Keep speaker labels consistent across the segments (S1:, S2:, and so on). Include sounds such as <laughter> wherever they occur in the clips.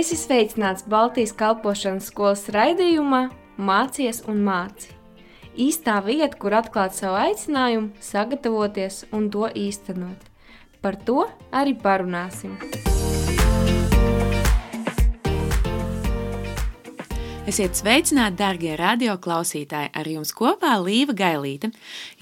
S1: Es izveicināts Baltijas kalpošanas skolas raidījumā Mācies un māci. Īstā vieta, kur atklāt savu aicinājumu, sagatavoties un to īstenot. Par to arī parunāsim.
S2: Esiet sveicināti, darbie radioklausītāji! Ar jums kopā Līta Gailīte.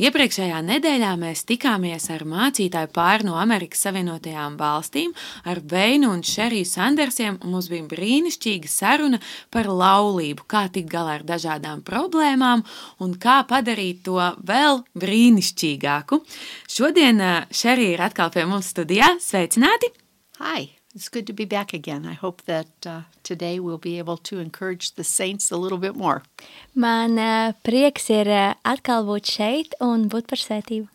S2: Iepriekšējā nedēļā mēs tikāmies ar mācītāju pāri no Amerikas Savienotajām valstīm, ar Veinu un Šeriju Sandersiem. un Mums bija brīnišķīga saruna par laulību, kā tikt galā ar dažādām problēmām un kā padarīt to vēl brīnišķīgāku. Šodien ā, Šerija ir atkal pie mums studijā. Sveicināti!
S3: Hi, it's good to be back again. I hope that uh, today we'll be able to encourage the saints a little bit more.
S4: Man ā, prieks ir ā, atkal būt šeit un būt par svētību.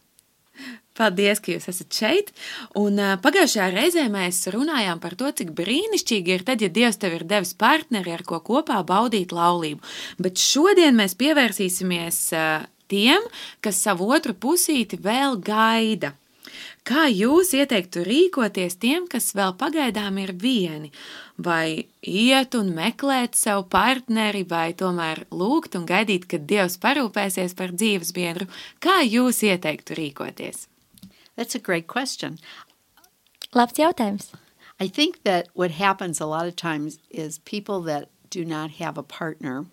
S2: Paldies, ka jūs esat šeit. Un ā, pagājušajā reizē mēs runājām par to, cik brīnišķīgi ir tad, ja Dievs tev ir devis partneri, ar ko kopā baudīt laulību. Bet šodien mēs pievērsīsimies ā, tiem, kas savu otru pusīti vēl gaida. Kā jūs ieteiktu rīkoties tiem, kas vēl pagaidām ir vieni? Vai iet un meklēt sev partneri, vai tomēr lūgt un gaidīt, kad Dievs parūpēsies par dzīves biedru? Kā jūs ieteiktu rīkoties?
S3: That's a great question.
S4: Labs jautājums.
S3: I think that what happens a lot of times is people that do not have a partner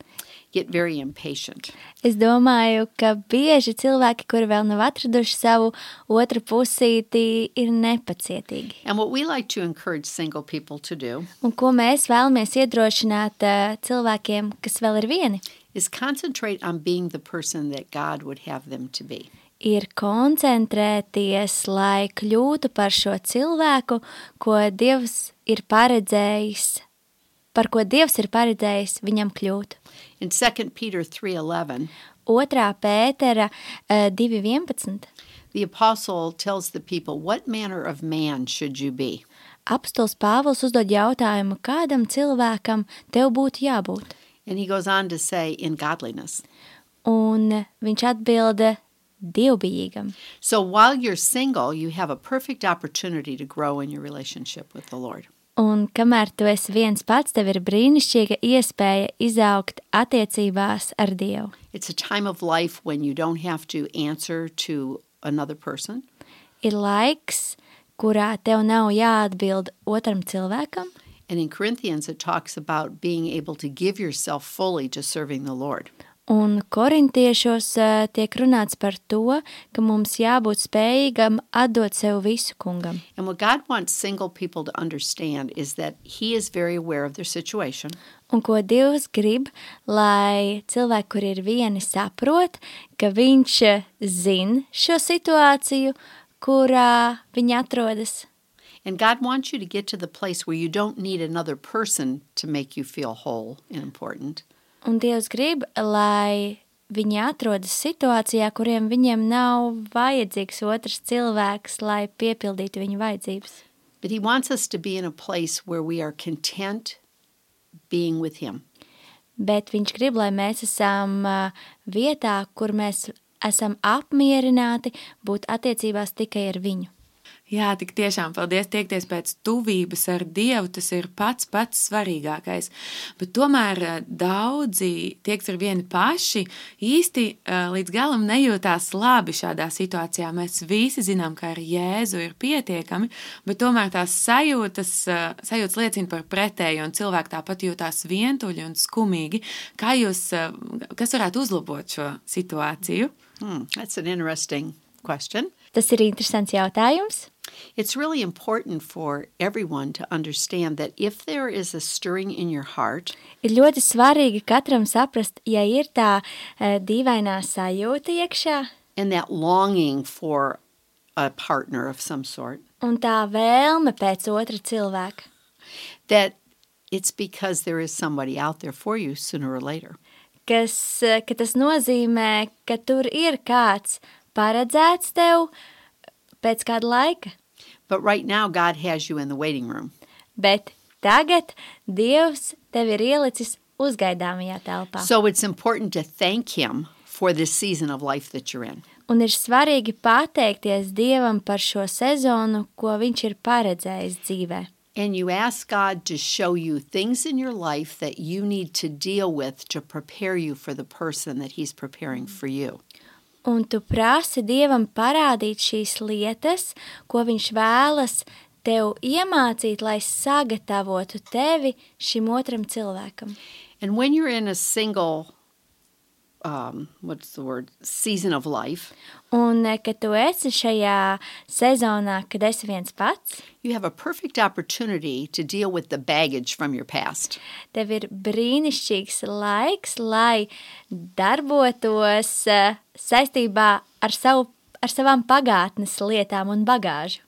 S3: get very impatient.
S4: Es domāju, ka bieži cilvēki, kuri vēl nav atraduši savu otru pusīti, ir nepacietīgi.
S3: And what we like to encourage single people to do
S4: Un ko mēs vēlamies iedrošināt ā, cilvēkiem, kas vēl ir vieni,
S3: is concentrate on being the person that God would have them to be.
S4: ir koncentrēties, lai kļūtu par šo cilvēku, ko Dievs ir paredzējis, par ko Dievs ir paredzējis viņam kļūt.
S3: In 2 Peter 3:11,
S4: 2. pētera eh, 2.11.
S3: the apostle tells the people, "What manner of man should you be?"
S4: Apstults Pāvils uzdod jautājumu, kādam cilvēkam tev būtu jābūt.
S3: And he goes on to say, "In godliness."
S4: Un viņš atbilda dievbijīgam.
S3: So while you're single, you have a perfect opportunity to grow in your relationship with the Lord.
S4: Un kamēr tu esi viens pats, tev ir brīnišķīga iespēja izaugt attiecībās ar Dievu.
S3: It's a time of life when you don't have to answer to another person.
S4: Ir laiks, kurā tev nav jāatbild otram cilvēkam,
S3: And in Corinthians, it talks about being able to give yourself fully to serving the Lord.
S4: un korintiešos eh, tiek runāts par to, ka mums jābūt spējīgam atdot sev visu kungam.
S3: And what God wants single people to understand is that He is very aware of their situation.
S4: Un ko Dievs grib, lai cilvēki, kur ir vieni, saprot, ka Viņš eh, zin šo situāciju, kurā viņi atrodas.
S3: And God wants you to get to the place where you don't need another person to make you feel whole and important.
S4: Un Dievs grib, lai viņi atrodas situācijā, kuriem viņiem nav vajadzīgs otrs cilvēks, lai piepildītu viņu vajadzības.
S3: But He wants us to be in a place where we are content being with Him.
S4: Bet Viņš grib, lai mēs esam ā, vietā, kur mēs esam apmierināti būt attiecībās tikai ar viņu.
S2: Jā, tik tiešām paldies tiekties pēc tuvības ar Dievu, tas ir pats pats svarīgākais. Bet tomēr eh, daudzi tieks ar vieni paši īsti eh, līdz galam nejūtās labi šādā situācijā. Mēs visi zinām, ka ar Jēzu ir pietiekami, bet tomēr tās sajūtas, eh, sajūtas liecina par pretēju, un cilvēki tāpat jūtās vientuļi un skumīgi. Kā jūs, eh, kas varētu uzlabot šo situāciju?
S3: Hmm, that's an interesting question.
S4: Tas ir interesants jautājums.
S3: It's really important for everyone to understand that if there is a stirring in your heart,
S4: Ir ļoti svarīgi katram saprast, ja ir tā e, dīvainā sajūta iekšā
S3: and that longing for a partner of some sort,
S4: un tā vēlme pēc otra cilvēka,
S3: that it's because there is somebody out there for you sooner or later.
S4: kas, e, ka tas nozīmē, ka tur ir kāds paredzēts tev eh, pēc kāda laika,
S3: But right now, God has you in the waiting room.
S4: bet tagad Dievs tevi ir ielicis uzgaidāmajā telpā.
S3: So it's important to thank Him for this season of life that you're in.
S4: Un ir svarīgi pateikties Dievam par šo sezonu, ko Viņš ir paredzējis dzīvē.
S3: and you ask God to show you things in your life that you need to deal with to prepare you for the person that He's preparing for you.
S4: Un tu prasi Dievam parādīt šīs lietas, ko viņš vēlas tev iemācīt, lai sagatavotu tevi šim otram cilvēkam.
S3: And when you're in a single, um, what's the word, season of life,
S4: Un, eh, kad tu esi šajā sezonā, kad esi viens pats,
S3: you have a perfect opportunity to deal with the baggage from your past.
S4: tev ir brīnišķīgs laiks, lai darbotos eh, saistībā ar, savu, ar savām pagātnes lietām un bagāžu.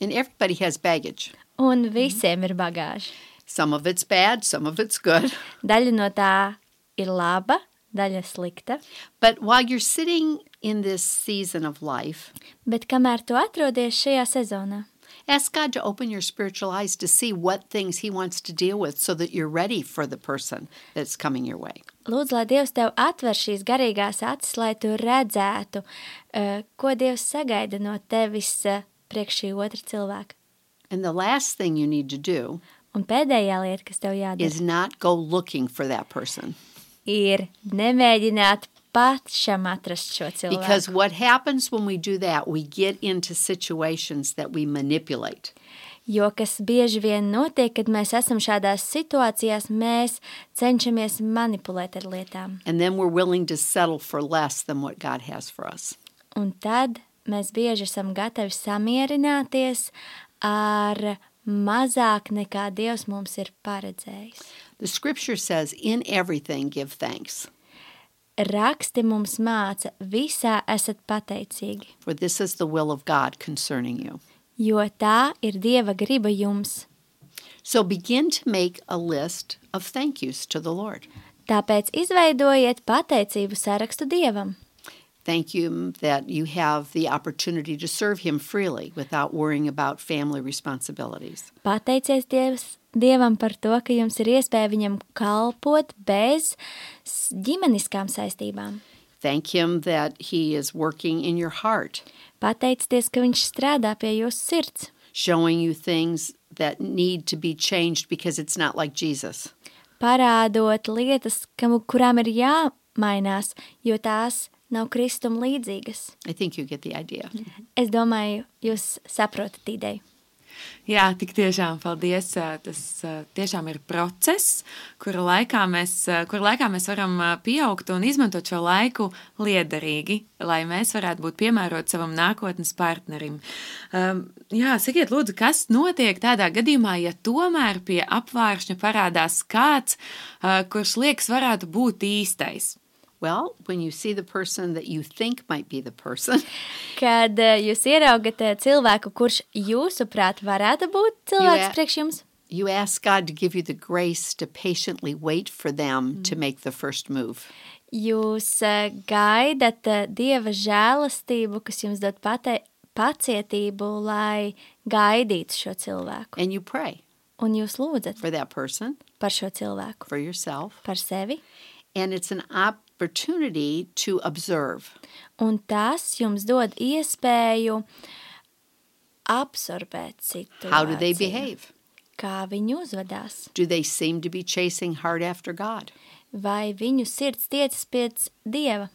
S3: And everybody has baggage.
S4: Un visiem ir bagāža.
S3: Some of it's bad, some of it's good. <laughs>
S4: Daļa no tā ir laba, daļa slikta.
S3: But while you're sitting in this season of life,
S4: Bet kamēr tu atrodies šajā sezonā,
S3: ask God to open your spiritual eyes to see what things He wants to deal with so that you're ready for the person that's coming your way.
S4: lūdzu, lai Dievs tev atver šīs garīgās acis, lai tu redzētu, eh, ko Dievs sagaida no tevis eh, priekš šī otra cilvēka.
S3: And the last thing you need to do
S4: Un pēdējā lieta, kas tev jādara,
S3: is not go looking for that person.
S4: ir nemēģināt pašam atrast šo
S3: Because
S4: cilvēku.
S3: what happens when we do that, we get into situations that we manipulate.
S4: Jo kas bieži vien notiek, kad mēs esam šādās situācijās, mēs cenšamies manipulēt ar lietām.
S3: And then we're willing to settle for less than what God has for us.
S4: Un tad mēs bieži esam gatavi samierināties ar mazāk nekā Dievs mums ir paredzējis.
S3: The scripture says, In everything give thanks,
S4: Raksti mums māca, visā esat pateicīgi,
S3: for this is the will of God concerning you.
S4: jo tā ir Dieva griba jums.
S3: So begin to make a list of thank yous to the Lord.
S4: Tāpēc izveidojiet pateicību sarakstu Dievam.
S3: Thank you that you have the opportunity to serve Him freely without worrying about family responsibilities.
S4: Pateicies dievs, Dievam par to, ka jums ir iespēja viņam kalpot bez s- ģimeniskām saistībām.
S3: Thank Him that He is working in your heart,
S4: Pateicieties, ka viņš strādā pie jūsu sirds.
S3: showing you things that need to be changed because it's not like Jesus.
S4: parādot lietas, kam, kurām ir jāmainās, jo tās nav kristum līdzīgas.
S3: I think you get the idea.
S4: Es domāju, jūs saprotat ideju.
S2: Jā, tik tiešām paldies. ā, Tas ā, tiešām ir process, kura laikā mēs, ā, kura laikā mēs varam ā, pieaugt un izmantot šo laiku liederīgi, lai mēs varētu būt piemēroti savam nākotnes partnerim. Um, jā, sakiet, lūdzu, kas notiek tādā gadījumā, ja tomēr pie apvāršņa parādās kāds, ā, kurš liekas varētu būt īstais?
S3: Well, when you see the person that you think might be the person, <laughs>
S4: Kad eh, jūs ieraugat eh, cilvēku, kurš jūsuprāt varētu būt cilvēks
S3: Jū-
S4: priekš jums,
S3: you ask God to give you the grace to patiently wait for them to make the first move.
S4: jūs eh, gaidat eh, dieva žēlastību, kas jums dod pate, pacietību, lai gaidītu šo cilvēku.
S3: And you pray
S4: Un jūs lūdzat
S3: for that person,
S4: par šo cilvēku,
S3: for yourself,
S4: par sevi,
S3: and it's an opportunity to observe.
S4: Un tas jums dod iespēju absorbēt situāciju.
S3: How do they behave?
S4: Kā viņi uzvedās?
S3: Do they seem to be chasing hard after God?
S4: Vai viņu sirds tiecas pēc dieva?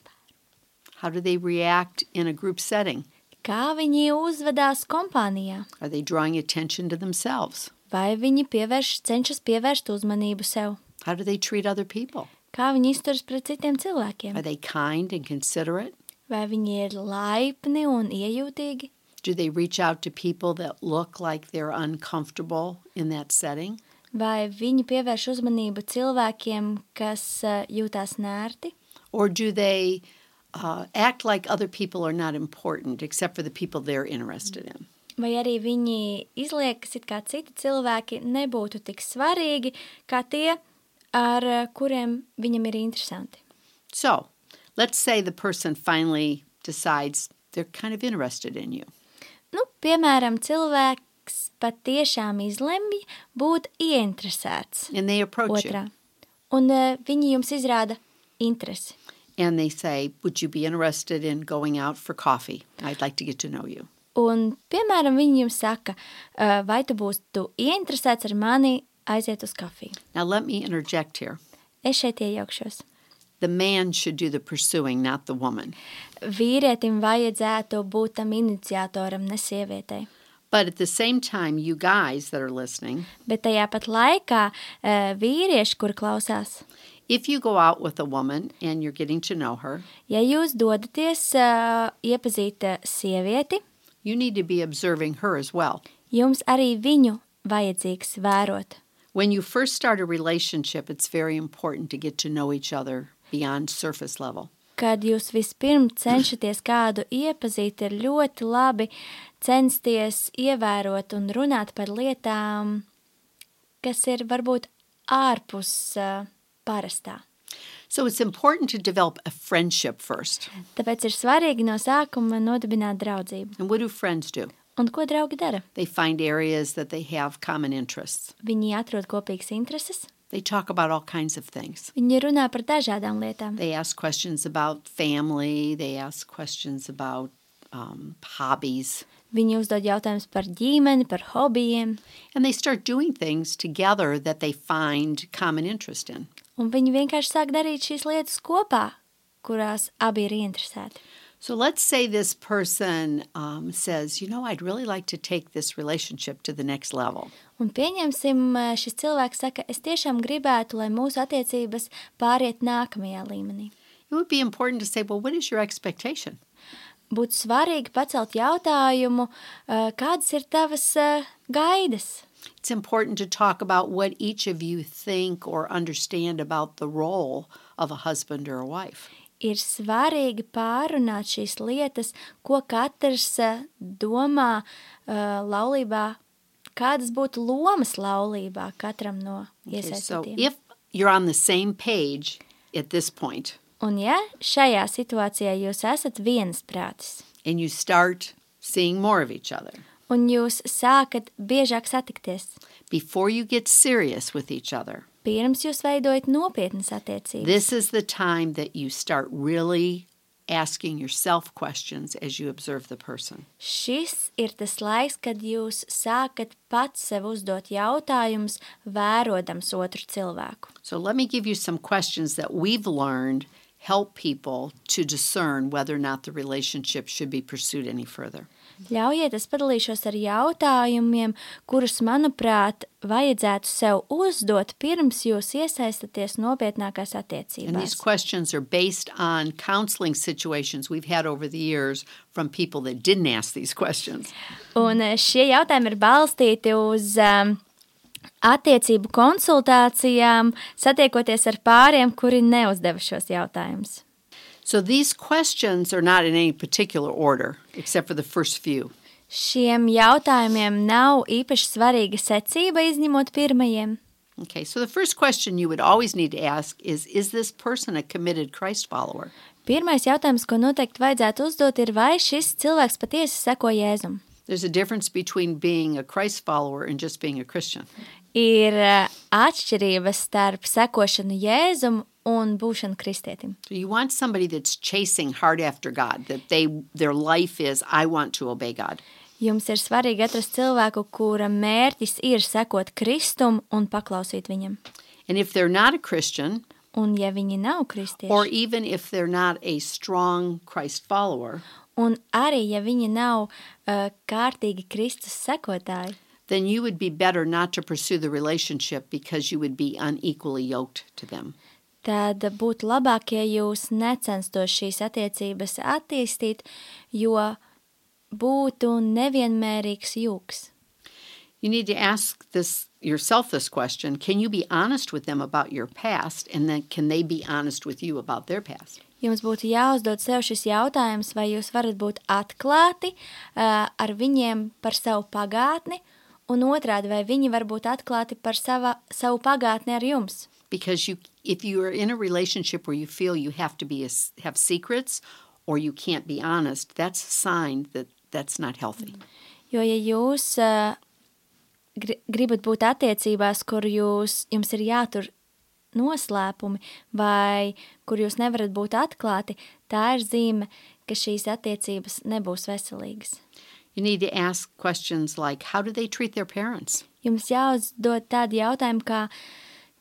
S3: How do they react in a group setting?
S4: Kā viņi uzvedās kompānijā?
S3: Are they drawing attention to themselves?
S4: Vai viņi pievērš, cenšas pievērst uzmanību sev?
S3: How do they treat other people?
S4: Kā viņi izturas pret citiem
S3: Are
S4: cilvēkiem?
S3: they kind and considerate?
S4: Vai viņi ir laipni un iejūtīgi?
S3: Do they reach out to people that look like they're uncomfortable in that setting?
S4: Vai viņi pievērš uzmanību cilvēkiem, kas eh, jūtās nērti?
S3: Or do they uh, act like other people are not important except for the people they're interested in?
S4: Vai arī viņi izliekas, it kā citi cilvēki nebūtu tik svarīgi kā tie, ar eh, kuriem viņam ir interesanti.
S3: So let's say the person finally decides they're kind of interested in you.
S4: Nu, piemēram, cilvēks patiešām izlemj būt ieinteresēts
S3: And they approach
S4: otrā,
S3: you
S4: un eh, viņi jums izrāda interesi.
S3: and they say, Would you be interested in going out for coffee? I'd like to get to know you.
S4: Un, piemēram, viņi jums saka, "Ā, vai tu būtu ieinteresēts ar mani aiziet uz kafiju.
S3: Now, let me interject here.
S4: Es šeit iejaukšos.
S3: The man should do the pursuing, not the woman.
S4: Vīrietim vajadzētu būt tam iniciatoram, ne sievietei.
S3: But at the same time, you guys that are listening,
S4: Bet tajā pat laikā ā, vīrieši, kur klausās,
S3: if you go out with a woman and you're getting to know her,
S4: ja jūs dodaties ā, iepazīt ā, sievieti,
S3: you need to be observing her as well.
S4: jums arī viņu vajadzīgs vērot.
S3: When you first start a relationship, it's very important to get to know each other beyond surface level.
S4: Kad jūs vispirms cenšaties kādu iepazīt, ir ļoti labi censties ievērot un runāt par lietām, kas ir varbūt ārpus ā, parastā.
S3: So it's important to develop a friendship first.
S4: Tāpēc ir svarīgi no sākuma nodibināt draudzību.
S3: And what do friends do?
S4: Un ko draugi dara?
S3: They find areas that they have common interests.
S4: Viņi atrod kopīgas intereses,
S3: They talk about all kinds of things.
S4: viņi runā par dažādām lietām.
S3: They ask questions about family, they ask questions about um, hobbies,
S4: Viņi uzdod jautājumus par ģimeni, par hobijiem,
S3: and they start doing things together that they find common interest in.
S4: un viņi vienkārši sāk darīt šīs lietas kopā, kurās abi ir ieinteresēti.
S3: So let's say this person um, says, You know, I'd really like to take this relationship to the next level.
S4: Un pieņemsim, eh, šis cilvēks saka, es tiešām gribētu, lai mūsu attiecības pāriet nākamajā līmenī.
S3: It would be important to say, Well, what is your expectation?
S4: Būtu svarīgi pacelt jautājumu, eh, kādas ir tavas eh, gaidas,
S3: It's important to talk about what each of you think or understand about the role of a husband or a wife.
S4: ir svarīgi pārunāt šīs lietas, ko katrs eh, domā eh, laulībā, kādas būtu lomas laulībā katram no
S3: Okay, so
S4: iesaistītiem.
S3: if you're on the same page at this point
S4: Un ja šajā situācijā jūs esat viensprātis
S3: and you start seeing more of each other,
S4: un jūs sākat biežāk satikties,
S3: before you get serious with each other,
S4: pirms jūs veidojat nopietnas attiecības,
S3: this is the time that you start really asking yourself questions as you observe the person.
S4: šis ir tas laiks, kad jūs sākat pats sev uzdot jautājumus, vērodams otru cilvēku.
S3: So let me give you some questions that we've learned help people to discern whether or not the relationship should be pursued any further.
S4: Ļaujiet, es padalīšos ar jautājumiem, kurus, manuprāt, vajadzētu sev uzdot pirms jūs iesaistāties nopietnākās
S3: And these
S4: attiecībās.
S3: questions are based on counseling situations we've had over the years from people that didn't ask these questions.
S4: Un eh, šie jautājumi ir balstīti uz um, attiecību konsultācijām, satiekoties ar pāriem, kuri neuzdeva šos jautājumus.
S3: So these questions are not in any particular order except for the first few.
S4: Šiem jautājumiem nav īpaši svarīga secība, izņemot pirmajiem.
S3: Okay, so the first question you would always need to ask is Is this person a committed Christ follower?
S4: Pirmais jautājums, ko noteikti vajadzētu uzdot, ir, vai šis cilvēks patiesi seko Jēzumam.
S3: There's a difference between being a Christ follower and just being a Christian.
S4: ir eh, atšķirības starp sekošanu Jēzum un būšanu kristietim.
S3: So you want somebody that's chasing hard after God, that they their life is I want to obey God.
S4: Jums ir svarīgi atrast cilvēku, kura mērķis ir sekot Kristum un paklausīt viņam.
S3: And if they're not a Christian,
S4: Un ja viņi nav
S3: or
S4: kristieši,
S3: even if they're not a strong Christ follower,
S4: un arī ja viņi nav uh, kārtīgi Kristus sekotāji,
S3: then you would be better not to pursue the relationship because you would be unequally yoked to them.
S4: tad būtu labāk, ja jūs necenstos šīs attiecības attīstīt, jo būtu nevienmērīgs jūks.
S3: You need to ask this yourself this question, can you be honest with them about your past and then can they be honest with you about their past?
S4: Jums būtu jāuzdod sev šis jautājums, vai jūs varat būt atklāti uh, ar viņiem par savu pagātni, un otrādi, vai viņi var būt atklāti par sava, savu pagātni ar jums.
S3: Because you if you are in a relationship where you feel you have to be a s have secrets or you can't be honest, that's a sign that that's not healthy.
S4: Jo, ja jūs uh, gri gribat būt attiecībās, kur jūs, jums ir jātur noslēpumi, vai kur jūs nevarat būt atklāti, tā ir zīme, ka šīs attiecības nebūs veselīgas.
S3: You need to ask questions like how do they treat their parents?
S4: Jums jāuzdod tādi jautājumi, kā,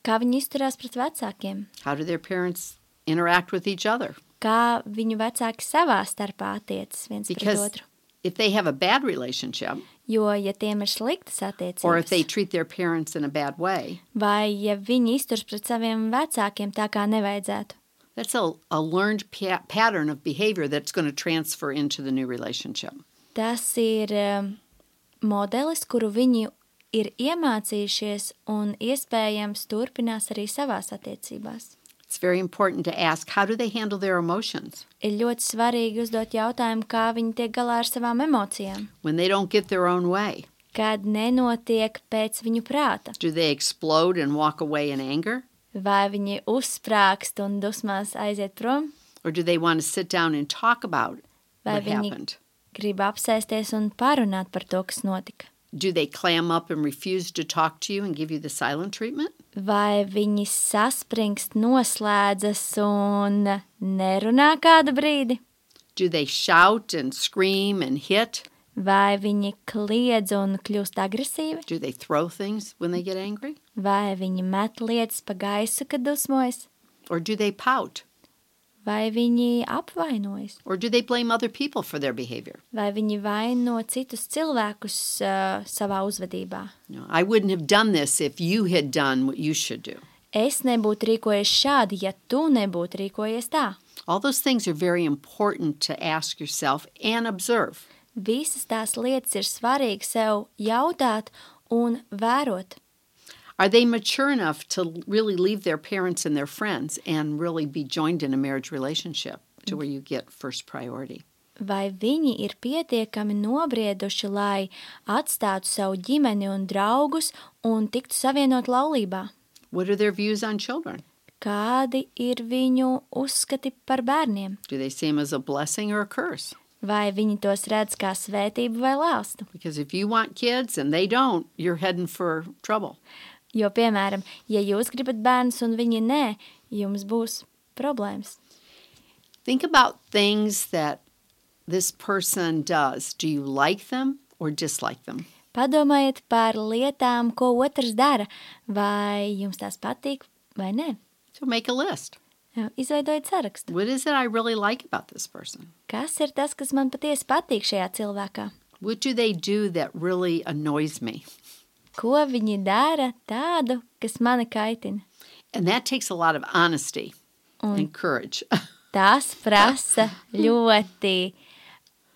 S4: kā viņi izturās pret vecākiem,
S3: How do their parents interact with each other?
S4: kā viņu vecāki savā starpā attiecas viens pret
S3: Because
S4: otru.
S3: if they have a bad relationship
S4: Jo, ja tiem ir sliktas
S3: or if they
S4: attiecības,
S3: treat their parents in a bad way,
S4: vai ja viņi izturas pret saviem vecākiem tā, kā nevajadzētu,
S3: that's a, a learned pa- pattern of behavior that's going to transfer into the new relationship.
S4: tas ir em, modelis, kuru viņi ir iemācījušies un iespējams turpinās arī savās attiecībās.
S3: It's very important to ask how do they handle their emotions?
S4: Ir ļoti svarīgi uzdot jautājumu, kā viņi tiek galā ar savām emocijām,
S3: When they don't get their own way,
S4: kad nenotiek pēc viņu prāta,
S3: do they explode and walk away in anger?
S4: vai viņi uzsprāgst un dusmās aiziet prom,
S3: Or do they want to sit down and talk about
S4: vai
S3: what
S4: viņi
S3: happened?
S4: grib apsēsties un parunāt par to, kas notika.
S3: Do they clam up and refuse to talk to you and give you the silent treatment?
S4: Vai viņi saspringst, noslēdzas un nerunā kādu brīdi,
S3: Do they shout and scream and hit?
S4: vai viņi kliedz un kļūst agresīvi,
S3: Do they throw things when they get angry?
S4: vai viņi met lietas pa gaisu, kad dusmojas,
S3: Or do they pout?
S4: vai viņi apvainojas,
S3: Or do they blame other people for their behavior?
S4: vai viņi vaino citus cilvēkus uh, savā uzvedībā.
S3: No, I wouldn't have done this if you had done what you should do.
S4: Es nebūtu rīkojies šādi, ja tu nebūtu rīkojies tā.
S3: All those things are very important to ask yourself and observe.
S4: Visas tās lietas ir svarīgi sev jautāt un vērot.
S3: Are they mature enough to really leave their parents and their friends and really be joined in a marriage relationship to where you get first priority?
S4: Vai viņi ir pietiekami nobrieduši, lai atstātu savu ģimeni un draugus un tiktu savienot laulībā?
S3: What are their views on children?
S4: Kādi ir viņu uzskati par bērniem?
S3: Do they see them as a blessing or a curse?
S4: Vai viņi tos redz kā svētību vai lāstu?
S3: Because if you want kids and they don't, you're heading for trouble.
S4: Jo, piemēram, ja jūs gribat bērnus un viņi nē, jums būs problēmas.
S3: Think about things that this person does. Do you like them or dislike them?
S4: Padomājiet par lietām, ko otrs dara, vai jums tās patīk vai nē.
S3: So make a list.
S4: Izveidojiet sarakstu.
S3: What is it I really like about this person?
S4: Kas ir tas, kas man patiesi patīk šajā cilvēkā?
S3: What do they do that really annoys me?
S4: Ko viņi dara tādu, kas mani kaitina?
S3: And that takes a lot of honesty and courage. <laughs>
S4: Tas prasa ļoti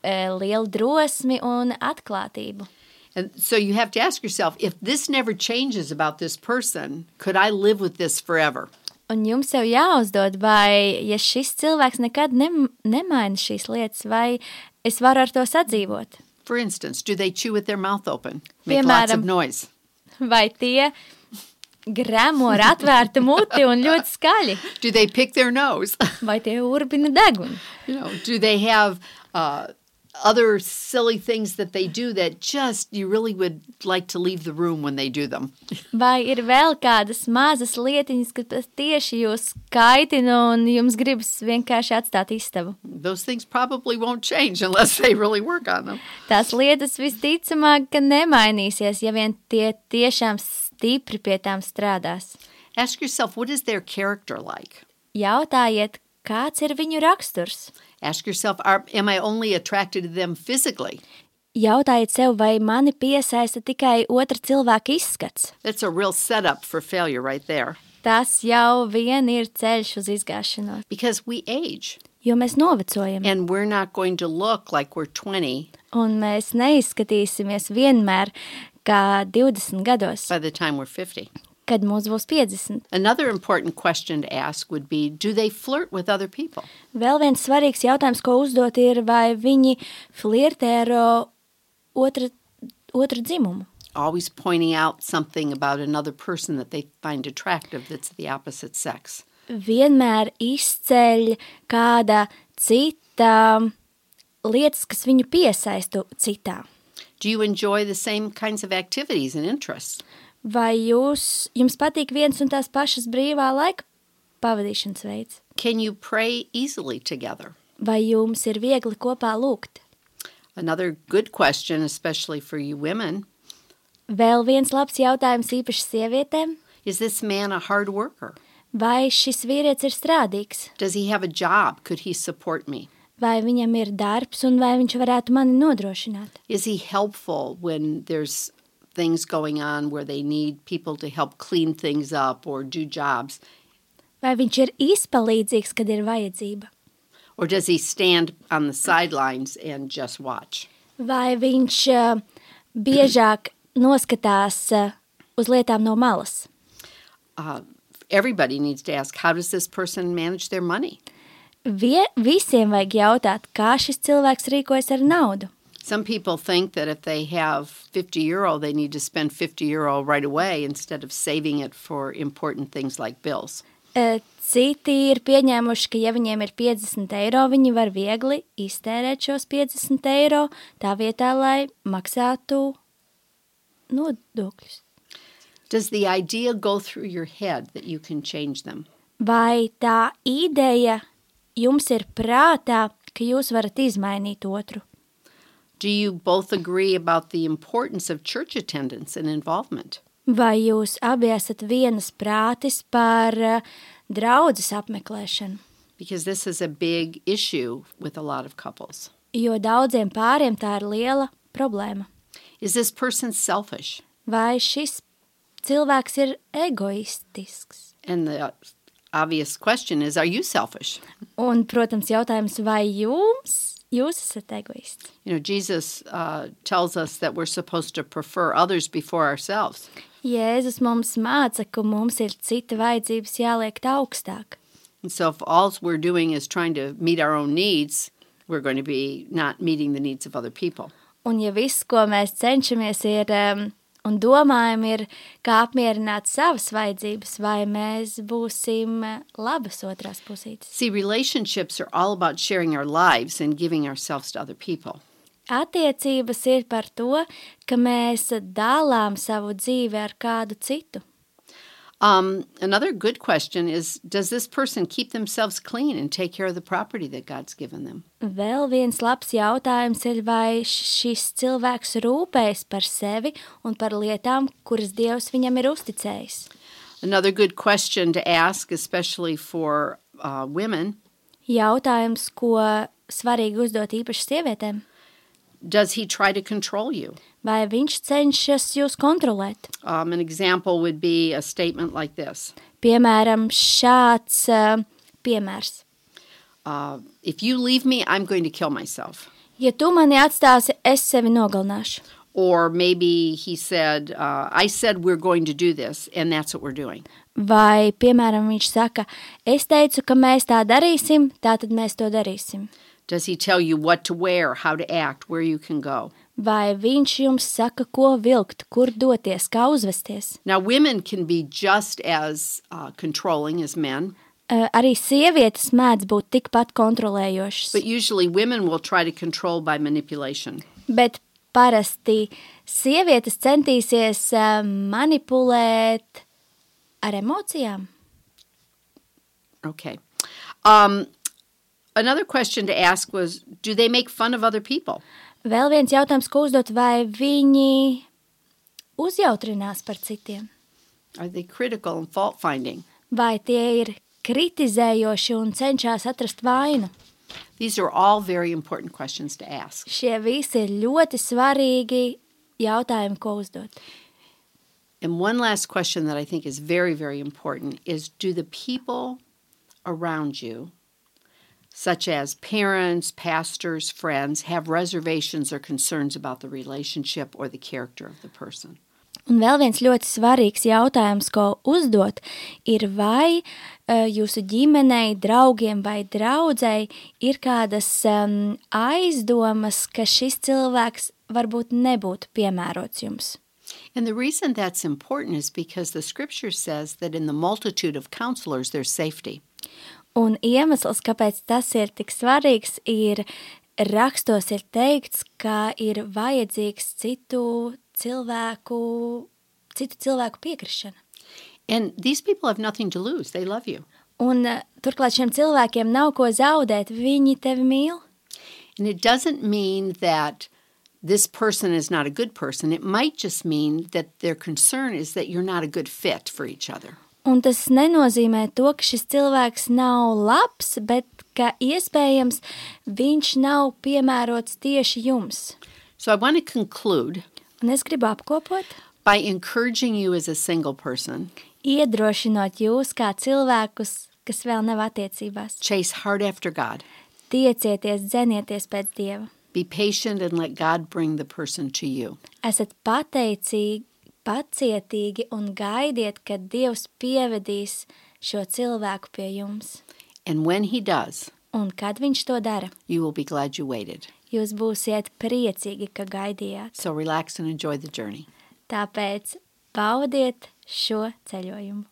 S4: e, lielu drosmi un atklātību.
S3: and so you have to ask yourself if this never changes about this person, could I live with this forever?
S4: Un jums jau jāuzdod, vai ja šis cilvēks nekad nem, nemaina šīs lietas, vai es varu ar to sadzīvot.
S3: For instance, do they chew with their mouth open? Make lots of
S4: Piemēram.
S3: noise.
S4: Vai tie gremo ar atvērtu muti un ļoti skaļi,
S3: Do they pick their nose? <laughs>
S4: vai tie urbina degunu,
S3: you know, do they have uh, other silly things that they do that just you really would like to leave the room when they do them?
S4: vai ir vēl kādas mazas lietiņas, kas tieši jūs kaitina un jums gribas vienkārši atstāt istabu.
S3: Those things probably won't change unless they really work on them.
S4: Tās lietas visticamāk, ka nemainīsies, ja vien tie tiešām stipri pie tām strādās.
S3: Ask yourself, what is their character like?
S4: Jautājiet, kāds ir viņu raksturs?
S3: Ask yourself, are, am I only attracted to them physically?
S4: Jautājiet sev, vai mani piesaista tikai otra cilvēka izskats.
S3: That's a real setup for failure right there
S4: Tas jau vien ir ceļš uz izgāšanos,
S3: because we age
S4: jo mēs novecojam,
S3: and we're not going to look like we're 20
S4: un mēs neizskatīsimies vienmēr kā 20 gados,
S3: by the time we're 50.
S4: kad mums būs 50.
S3: Another important question to ask would be do they flirt with other people?
S4: Vēl viens svarīgs jautājums, ko uzdot, ir, vai viņi flirtē ar o, otru, otru dzimumu.
S3: always pointing out something about another person that they find attractive that's the opposite sex.
S4: Vienmēr izceļ kāda cita lietas, kas viņu piesaistu citām.
S3: Do you enjoy the same kinds of activities and interests?
S4: Vai jūs, jums patīk viens un tās pašas brīvā laika pavadīšanas veids?
S3: Can you pray easily together?
S4: Vai jums ir viegli kopā lūgt?
S3: Another good question, especially for you women,
S4: Vēl viens labs jautājums īpaši sievietēm.
S3: is this man a hard worker?
S4: Vai šis vīrietis ir strādīgs?
S3: Does he have a job? Could he support me?
S4: Vai viņam ir darbs un vai viņš varētu mani nodrošināt?
S3: Is he helpful when there's things going on where they need people to help clean things up or do jobs?
S4: Vai viņš ir izpalīdzīgs, kad ir vajadzība?
S3: Or does he stand on the sidelines and just watch?
S4: Vai viņš ā, biežāk noskatās ā, uz lietām no malas?
S3: Uh, everybody needs to ask how does this person manage their money?
S4: Vie, visiem vajag jautāt, kā šis cilvēks rīkojas ar naudu.
S3: Some people think that if they have 50 euro, they need to spend 50 euro right away instead of saving it for important things like bills.
S4: Ā, Eh, Citi ir pieņēmuši, ka, ja viņiem ir 50 eiro, viņi var viegli iztērēt šos 50 eiro tā vietā, lai maksātu nodokļus.
S3: Does the idea go through your head that you can change them?
S4: Vai tā ideja jums ir prātā, ka jūs varat izmainīt otru?
S3: Do you both agree about the importance of church attendance and involvement?
S4: Vai jūs abi esat vienas prātis par ā, draudzes apmeklēšanu?
S3: Because this is a big issue with a lot of couples.
S4: Jo daudziem pāriem tā ir liela problēma.
S3: Is this person selfish?
S4: Vai šis cilvēks ir egoistisks?
S3: And the obvious question is are you selfish?
S4: Un, protams, jautājums, vai jums, jūs esat egoists?
S3: You know, Jesus uh, tells us that we're supposed to prefer others before ourselves.
S4: Jēzus mums māca, ka mums ir cita vajadzības jāliek augstāk.
S3: And so, if all we're doing is trying to meet our own needs, we're going to be not meeting the needs of other people.
S4: Un, ja viss, ko mēs cenšamies, ir um, un domājam, ir kā apmierināt savas vajadzības, vai mēs būsim eh, labas otrās pusītes.
S3: See, relationships are all about sharing our lives and giving ourselves to other people.
S4: Attiecības ir par to, ka mēs dalām savu dzīvi ar kādu citu.
S3: Um, another good question is Does this person keep themselves clean and take care of the property that God's given them?
S4: Vēl viens labs jautājums ir, vai šis cilvēks rūpējas par sevi un par lietām, kuras Dievs viņam ir uzticējis.
S3: Another good question to ask, especially for uh, women
S4: Jautājums, ko svarīgi uzdot īpaši sievietēm,
S3: Does he try to control you?
S4: vai viņš cenšas jūs kontrolēt?
S3: Um, an example would be a statement like this
S4: Piemēram, šāds ā, piemērs.
S3: uh, If you leave me, I'm going to kill myself.
S4: Ja tu mani atstāsi, es sevi nogalināšu.
S3: Or maybe he said, uh, I said we're going to do this, and that's what we're doing.
S4: Vai, piemēram, viņš saka, es teicu, ka mēs tā darīsim, tā tad mēs to darīsim.
S3: Does he tell you what to wear, how to act, where you can go?
S4: Vai viņš jums saka, ko vilkt, kur doties, kā uzvesties?
S3: Now, women can be just as uh, controlling as men,
S4: Ā, Arī sievietes mēdz būt tikpat
S3: but
S4: kontrolējošas,
S3: usually women will try to control by manipulation.
S4: bet parasti sievietes centīsies ā, manipulēt ar emocijām.
S3: Okay. Um, another question to ask was Do they make fun of other people?
S4: Vēl viens jautājums, ko uzdot, vai viņi uzjautrinās par citiem,
S3: Are they critical and fault finding?
S4: vai tie ir kritizējoši un cenšas atrast vainu.
S3: These are all very important questions to ask.
S4: Šie visi ir ļoti svarīgi jautājumi, ko uzdot.
S3: And one last question that I think is very, very important is do the people around you, such as parents, pastors, friends, have reservations or concerns about the relationship or the character of the person?
S4: Un vēl viens ļoti svarīgs jautājums, ko uzdot, ir vai eh, jūsu ģimenei, draugiem vai draudzēji ir kādas um, aizdomas, ka šis cilvēks varbūt nebūtu piemērots jums.
S3: And the reason that's important is because the scripture says that in the multitude of counselors, there's safety.
S4: Un iemesls, kāpēc tas ir tik svarīgs, ir rakstos ir teikts, ka ir vajadzīgs citu cilvēku, citu cilvēku piekrišana.
S3: And these people have nothing to lose, they love you.
S4: Un eh, turklāt šiem cilvēkiem nav ko zaudēt, viņi tevi mīl.
S3: And it doesn't mean that this person is not a good person. It might just mean that their concern is that you're not a good fit for each other.
S4: Un tas nenozīmē to, ka šis cilvēks nav labs, bet ka iespējams viņš nav piemērots tieši jums.
S3: So I want to conclude
S4: Un es gribu apkopot,
S3: by encouraging you as a single person,
S4: iedrošinot jūs kā cilvēkus, kas vēl nav attiecībās.
S3: chase hard after God.
S4: Tiecieties, dzenieties pēc Dieva.
S3: Be patient and let God bring the person to you.
S4: Esat pateicīgi, pacietīgi un gaidiet, kad Dievs pievedīs šo cilvēku pie jums.
S3: And when he does,
S4: Un kad viņš to dara,
S3: you will be glad you waited.
S4: jūs būsiet priecīgi, ka gaidījāt.
S3: So relax and enjoy the journey.
S4: Tāpēc baudiet šo ceļojumu.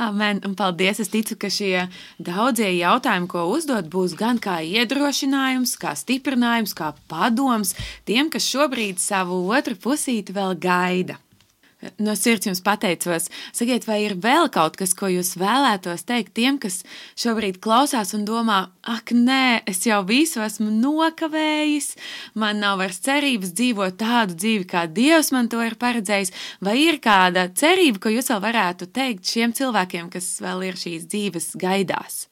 S2: Amen. Un paldies. Es ticu, ka šie daudzie jautājumi, ko uzdod, būs gan kā iedrošinājums, kā stiprinājums, kā padoms tiem, kas šobrīd savu otru pusīti vēl gaida. No sirds jums pateicos. Sakiet, vai ir vēl kaut kas, ko jūs vēlētos teikt tiem, kas šobrīd klausās un domā, ak, nē, es jau visu esmu nokavējis, man nav vairs cerības dzīvot tādu dzīvi, kā Dievs man to ir paredzējis, vai ir kāda cerība, ko jūs vēl varētu teikt šiem cilvēkiem, kas vēl ir šīs dzīves gaidās?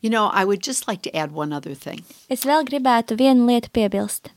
S3: You know, I would just like to add one other thing.
S4: Es vēl gribētu vienu lietu piebilst.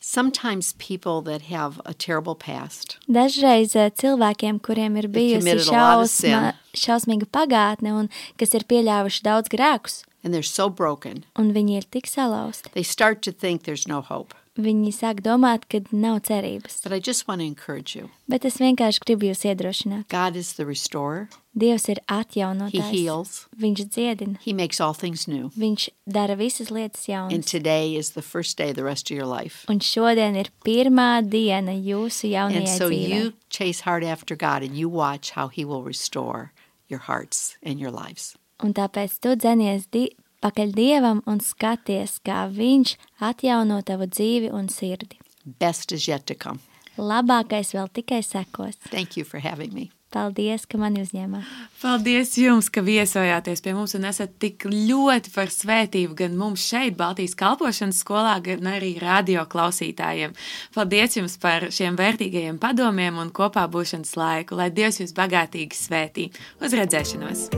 S3: Sometimes people that have a terrible past,
S4: Dažreiz eh, cilvēkiem, kuriem ir bijusi
S3: committed a lot of
S4: šausma,
S3: sin.
S4: šausmīga pagātne un kas ir pieļāvuši daudz grēkus,
S3: and they're so broken,
S4: un viņi ir tik salauzti,
S3: they start to think there's no hope.
S4: viņi sāk domāt, ka nav cerības.
S3: But I just want to encourage you
S4: Bet es vienkārši gribu jūs iedrošināt.
S3: God is the restorer,
S4: Dievs ir
S3: He
S4: atjaunotājs.
S3: heals,
S4: Viņš dziedina,
S3: He makes all things new.
S4: viņš dara visas lietas
S3: And
S4: jaunas.
S3: today is the first day of the rest of your life.
S4: Un šodien ir pirmā diena jūsu jaunajai
S3: And so
S4: dzīvei.
S3: you chase hard after God and you watch how He will restore your hearts and your lives.
S4: Un tāpēc tu dzenies di pakaļ dievam un skaties, kā viņš atjauno tavu dzīvi un sirdi.
S3: Best is yet to come.
S4: Labākais vēl tikai sekos.
S3: Thank you for having me.
S4: Paldies, ka mani uzņēmāt.
S2: Paldies jums, ka viesojāties pie mums un esat tik ļoti par svētību gan mums šeit, Baltijas kalpošanas skolā, gan arī radio klausītājiem. Paldies jums par šiem vērtīgajiem padomiem un kopā būšanas laiku, lai Dievs jūs bagātīgi svētī. Uz redzēšanos!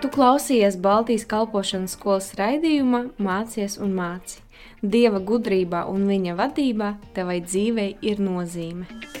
S1: Tu klausies Baltijas kalpošanas skolas raidījumā, mācies un māci. Dieva gudrībā un viņa vadībā tevai dzīvei ir nozīme.